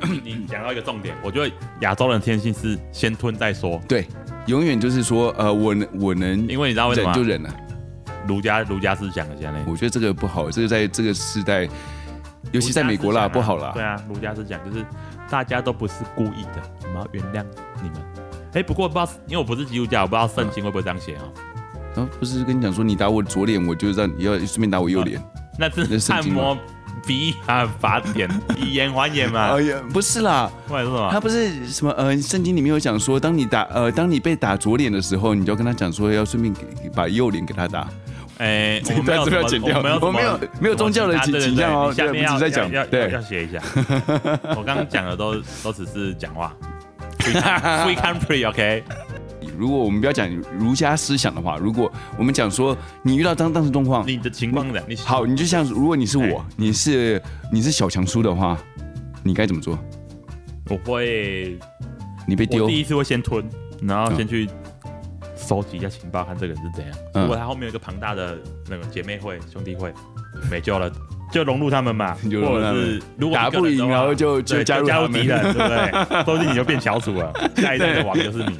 B: 你你讲到一个重点，我觉得亚洲人的天性是先吞再说，
A: 对，永远就是说，呃，我能我能
B: 因为你知道为什么
A: 忍就
B: 吗？
A: 忍了。
B: 儒家儒家思想的现在，
A: 我觉得这个不好，这个在这个时代，尤
B: 尤
A: 其在美国啦，
B: 啊
A: 不好啦。
B: 对啊，儒家思想就是大家都不是故意的，我们要原谅你们。哎，不过不知道，因为我不是基督教，我不知道圣经会不会这样写哦。
A: 啊，不是跟你讲说你打我左脸，我就让你要顺便打我右脸。
B: 那
A: 那
B: 是
A: 圣
B: 按
A: 经吗
B: 摩鼻啊，法典以眼还眼 嘛，
A: 哎呀，不是啦，
B: 或者是什么
A: 他？不是什么呃，圣经里面有讲说，当你打呃，当你被打左脸的时候，你就跟他讲说要顺便给把右脸给他打。
B: 哎，
A: 这
B: 我
A: 一
B: 们没
A: 段
B: 有
A: 是不是
B: 什么
A: 要剪掉
B: 我们有什么
A: 我没有没有宗教的
B: 什么其他
A: 倾
B: 对对
A: 倾向哦
B: 对
A: 对
B: 你下面
A: 不
B: 要
A: 是在讲
B: 要要
A: 对
B: 要写一下。 我刚刚讲的都都只是讲话。Free country，OK，
A: 如果我们不要讲儒家思想的话，如果我们讲说你遇到当当时状况，
B: 你的情况的，你
A: 好，你就像如果你是我
B: 哎，
A: 你是你是小强叔的话，你该怎么做？
B: 我会
A: 你被
B: 我
A: 丢
B: 第一次会先吞，然后
A: 嗯
B: 先去收集一下情报，看这个人是怎样。
A: 嗯
B: 如果他后面有一个庞大的那个姐妹会、兄弟会，没救了， 就融入他们嘛。
A: 就融
B: 或
A: 入他
B: 者
A: 们
B: 是如果
A: 打
B: 一个人
A: 不赢，
B: 的话
A: 然后就
B: 对
A: 就加入
B: 加
A: 他
B: 入
A: 们
B: 敌人，对不 对？说不定你就变小组了，下一任的王就是你。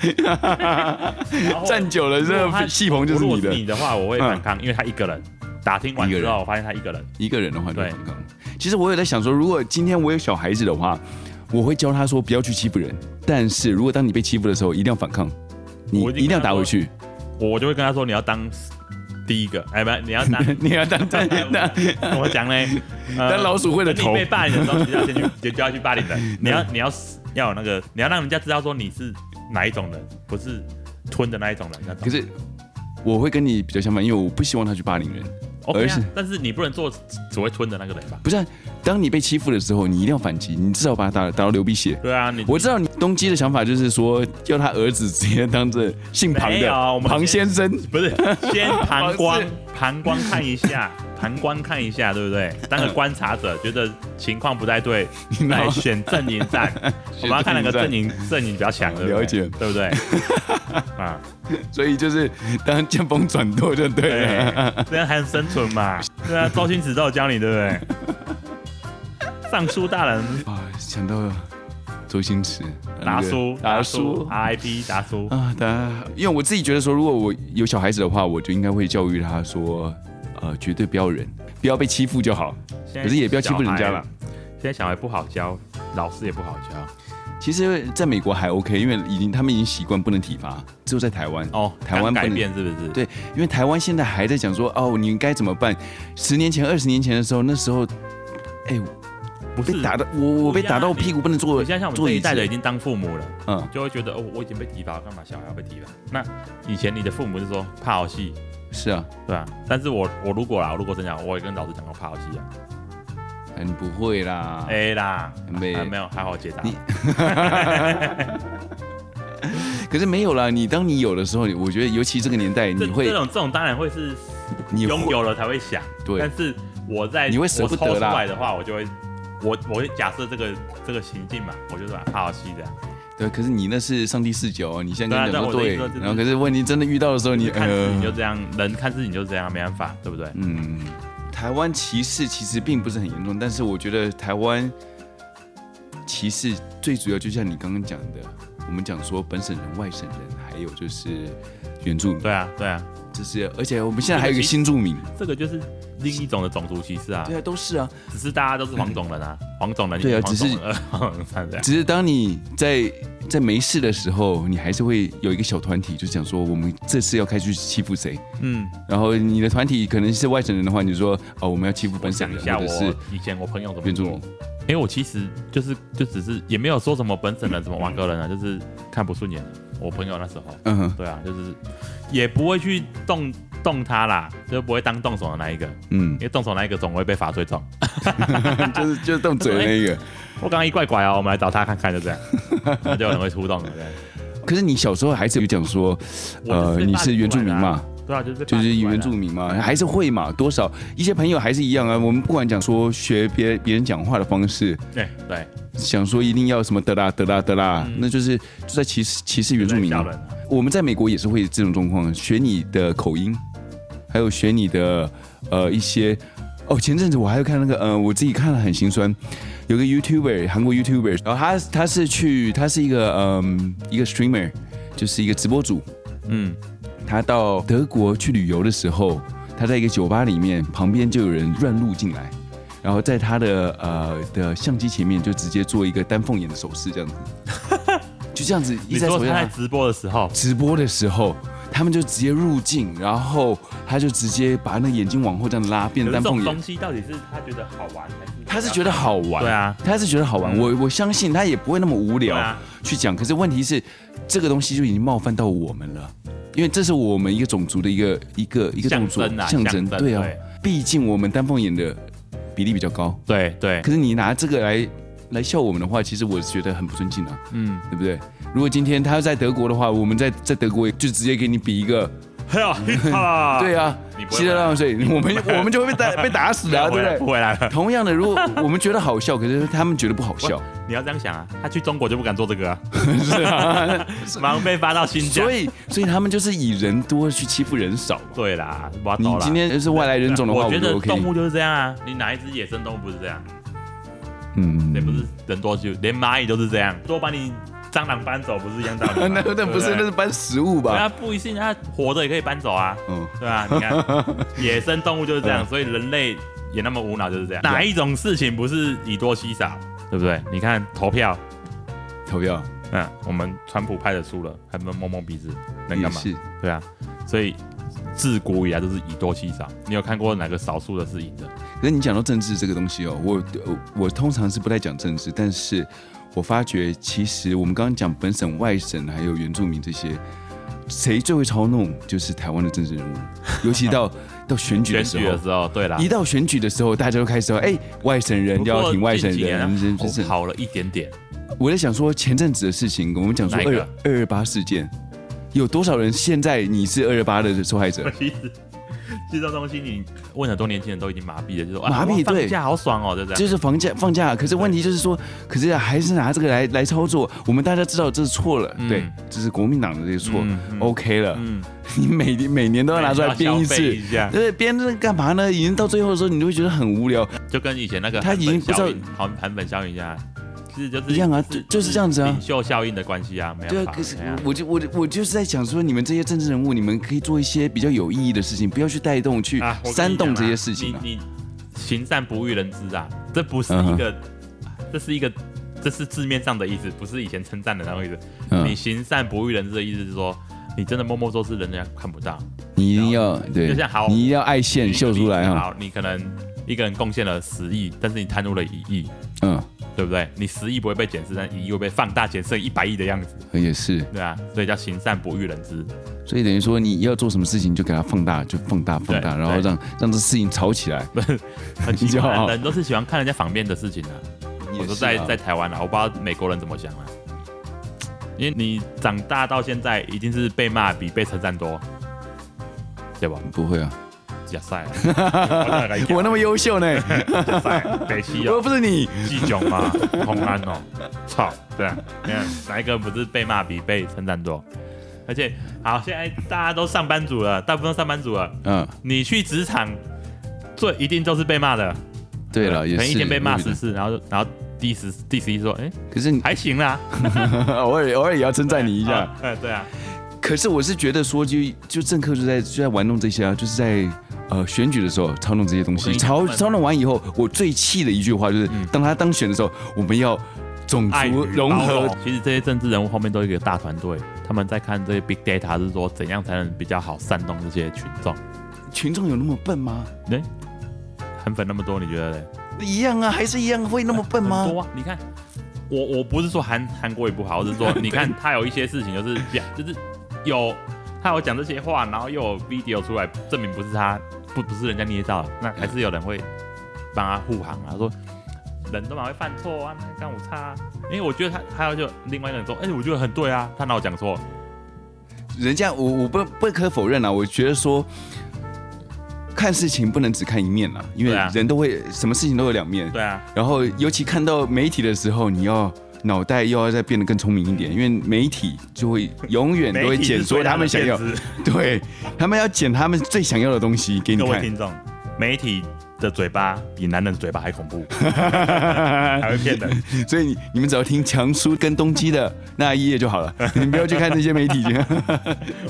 B: 然后
A: 站久了，
B: 如果他
A: 这戏棚就是
B: 如果
A: 你
B: 是
A: 的。
B: 你的话，我会反抗，因为他一个人。打听完
A: 一
B: 之
A: 个人
B: 后，我发现他一个人，
A: 一个人的话就
B: 对
A: 很尴尬。其实我有在想说，如果今天我有小孩子的话，我会教他说不要去欺负人。但是如果当你被欺负的时候，一定要反抗，你
B: 我
A: 一
B: 一定
A: 定要打回去，
B: 我就会跟他说：“你要当第一个，哎，不，你 要当
A: 你要当当当
B: 怎么讲呢？呃
A: 当老鼠会的头
B: 你被。霸凌的时候，你就要先去，就就要去霸凌 人。你要你要要有那个，你要让人家知道说你是哪一种人，不是吞的那一种人那种。
A: 可是我会跟你比较相反，因为我不希望他去霸凌人。
B: OK
A: 而
B: 啊
A: 是，
B: 但是你不能做只会吞的那个人吧？
A: 不是啊、当你被欺负的时候，你一定要反击，你至少把他打打到流鼻血。
B: 对啊，你
A: 我知道你东基的想法就是说，要他儿子直接当着姓庞
B: 没
A: 的
B: 有哎我们
A: 庞
B: 先
A: 先生，
B: 不是先旁观
A: 不是
B: 旁观看一下，旁观看一下，对不对？当个观察者，觉得情况不 太对，来选阵营战。我们要看哪个阵营阵营比较强，对不对
A: 了解
B: 对 不对？啊，
A: 所以就是当见风转舵就对了。
B: 对，这样还能生存嘛？对啊，周星驰都有教你，对不对？ 尚书大人
A: 啊，想到了周星驰、
B: 达叔，
A: 达叔
B: ，RIP 达叔，
A: 啊，达，因为我自己觉得说，如果我有小孩子的话，我就应该会教育他说，呃，绝对不要忍，不要被欺负就好。可是也不要欺负人家啦
B: 了。现在小孩不好教，老师也不好教
A: 其实，在美国还 OK，因为已经他们已经习惯不能体罚，只有在台湾。
B: 哦。
A: 台湾
B: 刚改
A: 不能
B: 变是不是？
A: 对，因为台湾现在还在讲说，哦，你该怎么办？十年前、二十年前的时候，那时候，哎、
B: 不是
A: 被打到我，我被
B: 不一样啊
A: 打到我
B: 你
A: 屁股不能坐
B: 我现在像我们
A: 坐
B: 这
A: 椅
B: 一
A: 子
B: 代的已经当父母了，
A: 嗯
B: 就会觉得哦，我已经被体罚，干嘛小孩要被体罚？那以前你的父母就说怕好戏，
A: 是啊，
B: 对吧？但是我我如果啦，我如果真讲，我也跟老师讲过怕好戏啊，
A: 哎你不会啦，
B: 哎、啦，
A: 没
B: 啊没有，还好解答。
A: 你可是没有啦，你当你有的时候，我觉得尤其这个年代，
B: 这
A: 你
B: 这
A: 会
B: 种这种当然会是
A: 你
B: 拥
A: 会
B: 有了才会想，
A: 对
B: 但是我在
A: 你会舍不得啦
B: 我抽出来的话，我就会我我会假设这个这个行径嘛，我就是把它怕好戏的，
A: 对，可是你那是上帝视角哦，你现在跟
B: 对
A: 人说
B: 啊但我的
A: 对
B: 意思说就是，
A: 然后可是问题真的遇到的时候，你
B: 看事情就
A: 呃，
B: 这样，人看事情就这样，没办法，对不对？
A: 嗯，台湾歧视其实并不是很严重，但是我觉得台湾歧视最主要就像你刚刚讲的，我们讲说本省人、外省人，还有就是原住民，
B: 对啊，对啊，
A: 这是而且我们现在还有一个新住民，
B: 这啊个就是另一种的种族歧视啊。
A: 对啊，都是啊，
B: 只是大家都是黄种人啊，黄种人
A: 对啊
B: 你黄种人黄种 人这样
A: 只是当你在在没事的时候，你还是会有一个小团体，就讲说我们这次要开始欺负谁。
B: 嗯，
A: 然后你的团体可能是外省人的话，你就说哦我们要欺负
B: 我
A: 本省
B: 想一
A: 人，
B: 下
A: 或
B: 我
A: 者是
B: 以前我朋友怎么
A: 原住
B: 做
A: 民，，
B: 因为我其实就是就只是也没有说什么本省人怎么玩个人啊，就是看不顺眼。我朋友那时候，
A: 嗯哼
B: 对啊，就是也不会去动动他啦，就不会当动手的那一个，
A: 嗯
B: 因，为动手那一个总会被罚最重。
A: 就是就是动嘴的 那个。
B: 我刚刚一怪拐哦，我们来找他看看，就这样， 那就有人会出动了。对
A: 可是你小时候还是有讲说，
B: 我
A: 呃，
B: 就是被
A: 你
B: 霸
A: 是
B: 凌
A: 原住民
B: 过来的啊
A: 嘛，
B: 对啊，就是
A: 就是原
B: 住
A: 住民嘛，还是会嘛，多少一些朋友还是一样啊。我们不管讲说学别别人讲话的方式，
B: 对对，
A: 想说一定要什么的啦的啦的啦，
B: 嗯
A: 那就是就在歧视歧视原住民
B: 小
A: 啊。
B: 人啊，
A: 我们在美国也是会这种状况，学你的口音，还有学你的呃一些。哦，前阵子我还有看那个，呃，我自己看了很心酸，有个 YouTuber，韩国 YouTuber，然后他他是去，他是一个嗯、一个 streamer，就是一个直播主，
B: 嗯，
A: 他到德国去旅游的时候，他在一个酒吧里面，旁边就有人乱入进来，然后在他的呃的相机前面就直接做一个丹凤眼的手势，这样子。 就这样子一
B: 你
A: 直在
B: 说
A: 手机
B: 他在
A: 上
B: 直播的时候，
A: 直播的时候，他们就直接入镜，然后他就直接把那眼睛往后这样拉，变
B: 可是
A: 丹
B: 这种
A: 凤眼
B: 东。西到底是他觉得好玩还是
A: 他是觉得好玩，
B: 对啊，
A: 他是觉得好玩。我我相信他也不会那么无
B: 对
A: 聊
B: 啊，
A: 去讲。可是问题是，这个东西就已经冒犯到我们了，因为这是我们一个种族的一个一个一个动作
B: 象征啊
A: 象
B: 象
A: 征。
B: 征
A: 对啊
B: 对，
A: 毕竟我们丹凤眼的比例比较高，
B: 对对，
A: 可是你拿这个来来笑我们的话，其实我是觉得很不尊敬啊。
B: 嗯，
A: 对不对？如果今天他在德国的话，我们在在德国就直接给你比一个，
B: 嘿呀，嘿呀
A: 对啊
B: 你，不会
A: 吸了浪 水，我们我们就会被打被打死啊，
B: 不回
A: 对
B: 来
A: 不
B: 不
A: 对？
B: 回来了。
A: 同样的，如果我们觉得好笑，可是他们觉得不好 笑，
B: 你要这样想啊，他去中国就不敢做这个啊，
A: 是 啊，
B: 马上被发到新疆
A: 所。以所以他们就是以人多去欺负人少嘛。
B: 对啦，挖
A: 你
B: 到啦。啊
A: 今天是外来人种的话，
B: 我
A: 我
B: 觉
A: 就
B: 得
A: OK。
B: 动物就是这样啊，你哪一只野生动物不是这样？
A: 嗯
B: 那不是人多就连蚂蚁都是这样，多把你蟑螂搬走不是一样道理
A: 那
B: 吗？
A: 那不是
B: 对
A: 那
B: 对啊
A: 是搬食物吧？
B: 那不一定，它活着也可以搬走啊，
A: 嗯，
B: 对吧、你看， 野生动物就是这样，所以人类也那么无脑就是这样。哪一种事情不是以多欺少，对不对？你看投票，
A: 投票
B: 嗯，我们川普派的输了，还摸摸摸鼻子，能
A: 也
B: 干嘛？
A: 是
B: 对啊，所以自古以来都是以多欺少。你有看过哪个少数的是赢的？
A: 可是你讲到政治这个东西哦，我我我通常是不太讲政治，但是我发觉其实我们刚刚讲本省、外省还有原住民这些，谁最会操弄就是台湾的政治 人物，尤其到到选举
B: 选
A: 的时
B: 举的
A: 候。
B: 时候，对啦，
A: 一到选举的时候，大家都开始说：“哎、外省人
B: 不过
A: 要挺外省
B: 近几年啊
A: 人。真”真是
B: 哦，好了一点点，
A: 我在想说前阵子的事情，我们讲说
B: 哪一
A: 二
B: 个？
A: 二二八事件，有多少人现在你是二二八的受害者
B: 其实其实这东西你问很多年轻人都已经麻痹了，就说
A: 麻痹
B: 啊、
A: 对
B: 放假好爽哦，就这样。
A: 就是房价放
B: 嗯
A: 假，可是问题就是说，可是还是拿这个来来操作。我们大家知道这是错了，
B: 嗯
A: 对，这是国民党的这个错、
B: 嗯嗯
A: o k 了。
B: 嗯，
A: 你每年每年都要拿出来编一
B: 要消费
A: 次
B: 一，下，
A: 对，编这个干嘛呢？已经到最后的时候，你就会觉得很无聊。
B: 就跟以前那个
A: 他已经不知道
B: 好盘本效应一样，其实就是
A: 一样啊就就是这样子啊
B: 领袖效应的关系啊，没
A: 对
B: 有
A: 啊，
B: 办
A: 可是
B: 法。哎呀
A: 我就我就我就是在想说，你们这些政治人物，你们可以做一些比较有意义的事情，不要去带动、去
B: 啊，我跟你
A: 煽动
B: 讲啊
A: 这些事情啊。
B: 你你行善不欲人知啊，这不是
A: 嗯哼
B: 一个，这是一个，这是字面上的意思，不是以前称赞的那个意思。你
A: 嗯，
B: 行善不欲人知的意思是说，你真的默默做事，人家看不到。
A: 嗯你一定要对
B: 就像好，
A: 你一定要爱
B: 举一
A: 线
B: 个
A: 秀出来
B: 例子
A: 啊。
B: 好，你可能一个人贡献了十亿，但是你贪污了一亿，
A: 嗯，
B: 对不对？你十亿不会被检视，但一亿会被放大检视一百亿的样子，
A: 也是。
B: 对啊，所以叫行善不欲人知。
A: 所以等于说，你要做什么事情就给它放大，就放大放大，
B: 对
A: 然后
B: 对
A: 让让这事情吵起来。
B: 很奇怪
A: 你就
B: 啊，
A: 好
B: 人都是喜欢看人家反面的事情啊。我说在在台湾啊，我不知道美国人怎么想啊。因为你长大到现在，一定是被骂比被称赞多，对吧？
A: 不会啊，
B: 假赛啊，
A: 我那么优秀呢，
B: 假赛，北西
A: 我又
B: 哦，
A: 不是你。
B: 基囧嘛， 红安哦，操，对啊，你看哪一个不是被骂比被称赞多？而且，好，现在大家都上班族了，大部分都上班族了，
A: 嗯，
B: 你去职场，最一定都是被骂的。
A: 对了，也
B: 可能
A: 是。
B: 呃一天被骂
A: 我觉
B: 十
A: 得
B: 次，然后然后第十第十一说，哎、
A: 可是你
B: 还行啦，
A: 偶尔偶尔也要称赞你一下。
B: 啊哎、 对啊，
A: 可是我是觉得说，就就政客就在就在玩弄这些啊，就是在呃选举的时候操弄这些东
B: 我跟
A: 西。
B: 你讲
A: 操
B: 他们
A: 操弄完以后，我最气的一句话就是，当他当选的时候，我们要种
B: 嗯爱与
A: 族融
B: 包
A: 合
B: 容。其实这些政治人物后面都有一个大团队，他们在看这些 big data，是说怎样才能比较好煽动这些群众。
A: 群众有那么笨吗？
B: 哎、韩粉那么多，你觉得嘞？
A: 一样啊，还是一样会那么笨
B: 很
A: 吗？
B: 多啊，你看。我我不是说韩韩国也不好，我是说你看他有一些事情就是就是有他有讲这些话，然后又有 video 出来证明不是他不不是人家捏造的，那还是有人会帮他护航啊，说人都蛮会犯错啊，那干我差、啊，因为我觉得他还有就另外一个人说，哎、我觉得很对啊，他哪有讲错？
A: 人家我我不不可否认啊，我觉得说看事情不能只看一面啦，因为
B: 对啊
A: 人都会、什么事情都有两面。
B: 对啊，
A: 然后尤其看到媒体的时候，你要脑袋又要再变得更聪明一点，因为媒体就 会永远都会剪说他们想要，对他们要剪他们最想要的东西给你
B: 各位
A: 看。
B: 听众，媒体的嘴巴比男人的嘴巴还恐怖，还会骗人。
A: 所以你你们只要听强叔跟东基的那一页就好了，你们不要去看那些媒 体。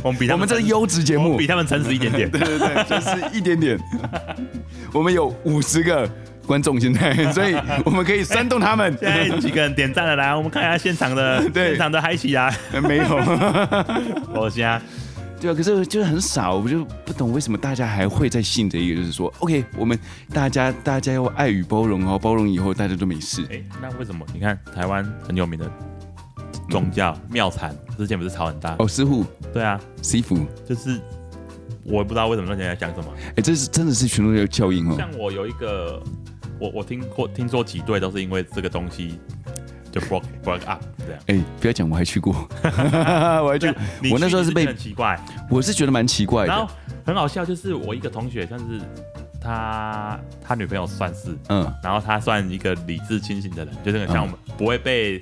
B: 我们比他
A: 我们这是
B: 诚
A: 优质节
B: 我
A: 目
B: 们 比，他们诚实一点点。
A: 对对对，就是一点点。我们有五十个观众现在，所以我们可以煽动他们。
B: 现在几个人点赞了，来，我们看一下现场的
A: 对
B: 现场的嗨起啊！
A: 没有，
B: 我现在
A: 对啊，可是就是很少，我就不懂为什么大家还会再信这一个，就是说，OK，我们大家大家要爱与包容哦，包容以后大家都没事。
B: 哎，那为什么你看台湾很有名的宗教庙产之前不是吵很大？
A: 嗯哦，师傅，
B: 对啊，
A: 师傅，
B: 就是我也不知道为什么那些人在讲什么。
A: 哎，这是真的是群众效应哦。
B: 像我有一个，我我听过听说几对都是因为这个东西就 broke broke up 这样。
A: 哎，不要讲，我还去 过，我还去过，
B: 你去
A: 我那时候
B: 你
A: 是被哎
B: 觉得很奇怪，
A: 我是觉得蛮奇怪
B: 然
A: 的。
B: 后很好笑，就是我一个同学，像是他他女朋友算是，
A: 嗯，
B: 然后他算一个理智清醒的人，就是很像我们不会被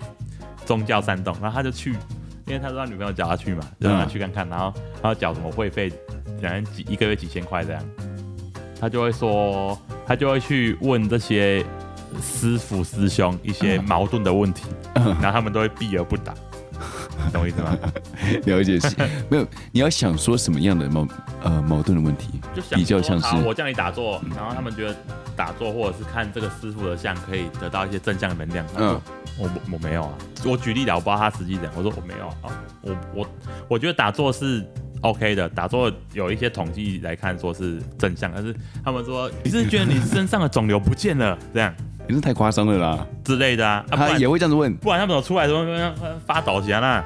B: 宗教煽动，然后他就去，因为他说他女朋友叫他去嘛，就让他去看看，然后他要缴什么会费，两人几一个月几千块这样，他就会说，他就会去问这些师傅师兄一些
A: 嗯
B: 矛盾的问题，然后他们都会避而不答，你懂我意思吗？
A: 了解是，没有，你要想说什么样的矛呃矛盾的问题，
B: 就想
A: 比较像
B: 说好
A: 是嗯
B: 我叫你打坐，然后他们觉得打坐或者是看这个师傅的像可以得到一些正向能量。
A: 嗯
B: 嗯，我我没有啊，我举例了，我不知道他实际怎样。我说我没有啊，哦我我我觉得打坐是 OK 的，打坐有一些统计来看说是正向，但是他们说你是觉得你身上的肿瘤不见了这样
A: 你这太夸张了啦。
B: 之类的啊，啊不
A: 他
B: 然
A: 也会这样子问，
B: 不然他们怎么出来的时候呃发抖起来啦？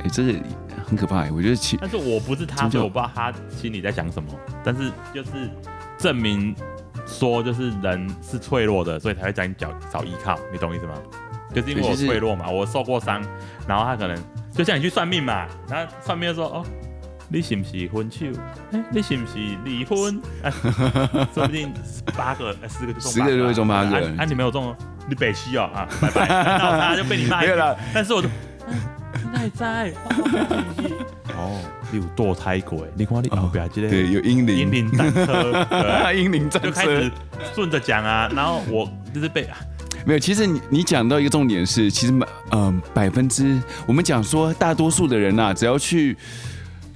A: 哎，这个很可怕哎，我觉得其
B: 但是我不是他，
A: 宗教
B: 所以我不知道他心里在想什么。但是就是证明说，就是人是脆弱的，所以才会讲找找依靠，你懂意思吗？就是因为
A: 对
B: 我
A: 就是
B: 脆弱嘛，我受过伤，然后他可能就像你去算命嘛，然后算命就说哦。你是不是分手？哎、你是不是 离婚？啊，说不定八个、哎十个就中八
A: 十个就会中八个
B: 啊啊，你没有中哦，你北西哦 啊，拜拜。然后他就被你骂一
A: 没有
B: 顿
A: 啦，
B: 但是我就奈在，哦，你有堕胎过诶，你看你后边这个
A: 哦对有阴
B: 引
A: 灵，
B: 领战车， 对
A: 阴灵战
B: 就开
A: 车
B: 始顺着讲啊，然后我就是
A: 啊
B: 被
A: 没有。其实你你讲到一个重点是，其实蛮嗯百分之我们讲说大多数的人呐、只要去。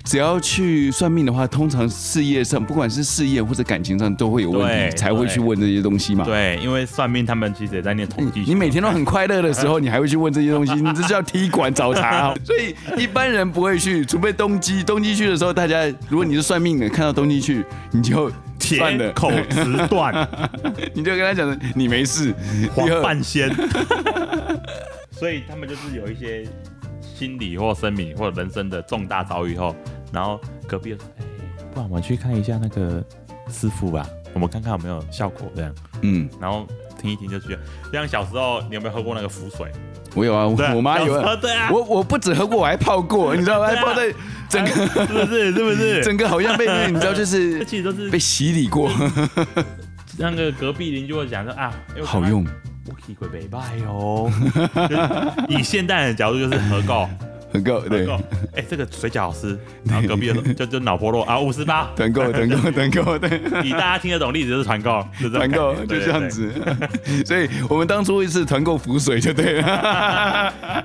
A: 只要去算命的话，通常事业上，不管是事业或者感情上，都会有问题，
B: 对
A: 才会去问这些东西嘛。
B: 对，因为算命他们其实也在念统计学，
A: 你每天都很快乐的 时候，
B: 嗯
A: 你还会去问这些东西，你这叫踢馆找茬哦、 所以一般人不会去，除非东基。东基去的时候，大家如果你是算命的，看到东基去，你就算
B: 铁
A: 了，
B: 口直断，
A: 你就跟他讲你没事。
B: 黄
A: 第二
B: 半仙， 所以他们就是有一些心理或生理或人生的重大遭遇后，然后隔壁就说，哎，不然我们去看一下那个师傅吧，我们看看有没有效果这样。
A: 嗯，
B: 然后听一听就去了。就像小时候，你有没有喝过那个浮水？
A: 我有啊，
B: 对啊
A: 我我妈有
B: 小时候
A: 啊，
B: 对啊，
A: 我我不止喝过，我还泡过，你知道吗？还
B: 对啊
A: 泡在整个
B: 是不是？ 是 不是？
A: 整个好像 被你知道就
B: 这
A: 是
B: 其实都是
A: 被洗礼 过，
B: 那个隔壁邻居会讲说啊，哎我
A: 好用，
B: 我去过北拜哦。 就是以现代人的角度就是合购，
A: 很够
B: 合
A: 对
B: 购，。哎，这个水饺 好吃。然后隔壁的就就脑波弱啊，五十八。
A: 团购，团购，团购，对。
B: 以大家听得懂例子就是团购，就这种
A: 团购
B: 感觉
A: 就这样。子， 所以我们当初是团购浮水就对了。
B: 对对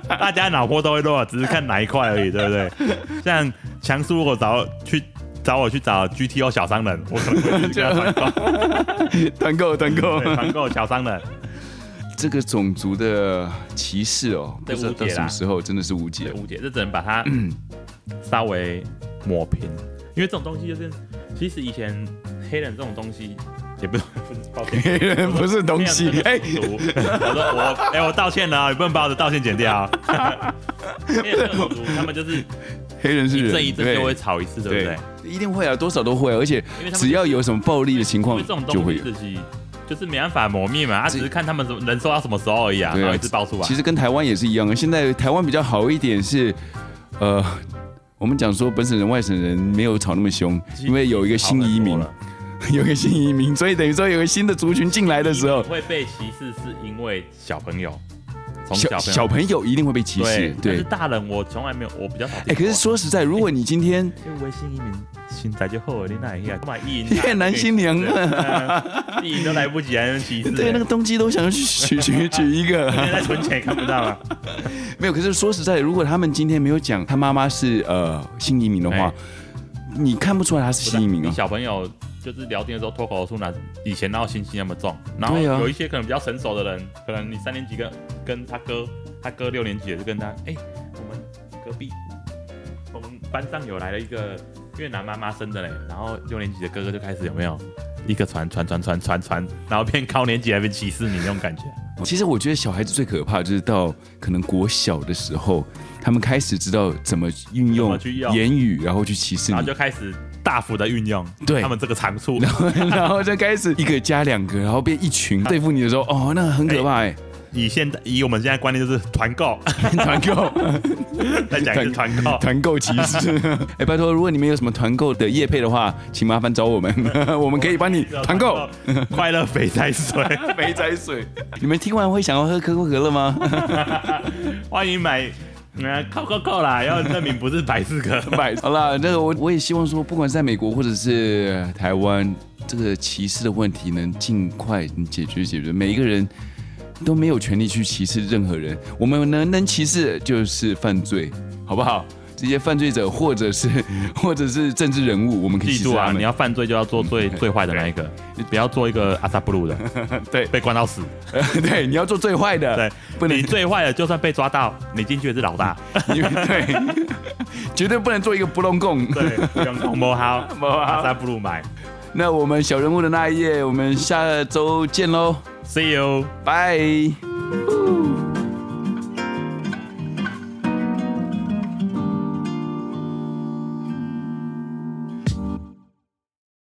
B: 对大家脑波都会弱，只是看哪一块而已，对不 对？像强叔，如果找去找我去找 GTO 小商人，我可能会去跟他团购。
A: 团购，团购，
B: 对，团购小商人，
A: 这个种族的歧视哦，不
B: 对
A: 知道到
B: 无解啦
A: 什么时候真的是无解
B: 对，。误解，这只能把它
A: 嗯
B: 稍微抹平，因为这种东西就是，其实以前黑人这种东西也不是， 抱歉，
A: 黑人不是东西
B: 我说
A: 哎
B: 黑人这个种族我说我，哎，我道歉了啊，你不能把我的道歉剪掉 啊。黑人这个种族，他们就是
A: 黑人是
B: 一
A: 人，
B: 阵一阵就
A: 对
B: 会吵一次，对不对
A: 对？，一定会啊，多少都会啊，而且
B: 因为他们
A: 只要有什么暴力的情
B: 因
A: 况
B: 为这种
A: 就
B: 东
A: 会
B: 西
A: 有。
B: 自己就是没办法磨灭嘛，他
A: 这
B: 只是看他们怎么能收到什么时候而已啊，
A: 对啊
B: 然后一直爆出来
A: 其。实跟台湾也是一样啊，现在台湾比较好一点是，呃，我们讲说本省人、外省人没有吵那么凶，因为有一个新移民
B: 好很多，了
A: 有一个新移民，所以等于说有个新的族群进来的时候
B: 你，会被歧视，是因为小朋友，从
A: 小
B: 朋
A: 小
B: 友
A: 朋友一定会被歧视
B: 对，，但
A: 对
B: 是。大人我从来没有，我比较少听过。
A: 哎，可是说实在，如果你今天
B: 因为微信移民现在就后了，你哪 一下买意淫
A: 越南新娘啊
B: 啊，意淫都来不及，还能歧视？
A: 对那个东西都想要去娶娶娶一个
B: 现
A: 了，
B: 在存钱也看不到啊了，
A: 没有。可是说实在，如果他们今天没有讲他妈妈是呃新移民的话
B: 哎，
A: 你看不出来他是新移民
B: 你
A: 啊。
B: 小朋友就是聊天的时候脱口而出哪以前哪有星星那么重，然后
A: 对啊
B: 有一些可能比较成熟的人，可能你三年级跟跟他哥，他哥六年级也是跟他，哎、我们隔壁我们班上有来了一个越南妈妈生的嘞，然后六年级的哥哥就开始有没有一个传传传传传传，然后变高年级还变歧视你那种感觉，
A: 其实我觉得小孩子最可怕的就是到可能国小的时候，他们开始知道怎么运
B: 怎
A: 用
B: 么去用
A: 言语，然后去歧视
B: 然
A: 你
B: 后，就开始大幅的运用
A: 对
B: 他们这个长处。
A: 然后就开始一个加两个，然后变一群对付你的时候，哦，那很可怕哎、
B: 以现在以我们现在观念就是团 购，
A: 团购，
B: 再讲一次团购。
A: 团购歧视。 哎、拜托，如果你们有什么团购的业配的话，请麻烦找我 们，我们可以帮你团购
B: 快乐肥仔水，
A: 肥仔水。你们听完会想要喝可口可乐 吗？
B: 欢迎买。呃，扣扣扣啦，要证明不是百事 可
A: 拜好了，那个我我也希望说，不管是在美国或者是台湾，这个歧视的问题能尽快解决解决。每一个人都没有权利去歧视任何人，我们能能歧视就是犯罪，好不好？这些犯罪者或者是 或者是政治人物，我们可以歧
B: 记
A: 视
B: 住
A: 他
B: 啊，
A: 们。
B: 你要犯罪就要 做最最坏的那一个，你不要做一个阿萨布鲁的，
A: 对
B: 被关到死。
A: 对，你要做最坏的，
B: 对，
A: 不能
B: 你最坏的，就算被抓到，你进去也是老 大。
A: 你 对， 绝对不能做一个不弄共。
B: 对，用红魔好，阿萨布鲁买
A: 那我们小人物的那一页，我们下周见喽，
B: ，See you。
A: 拜。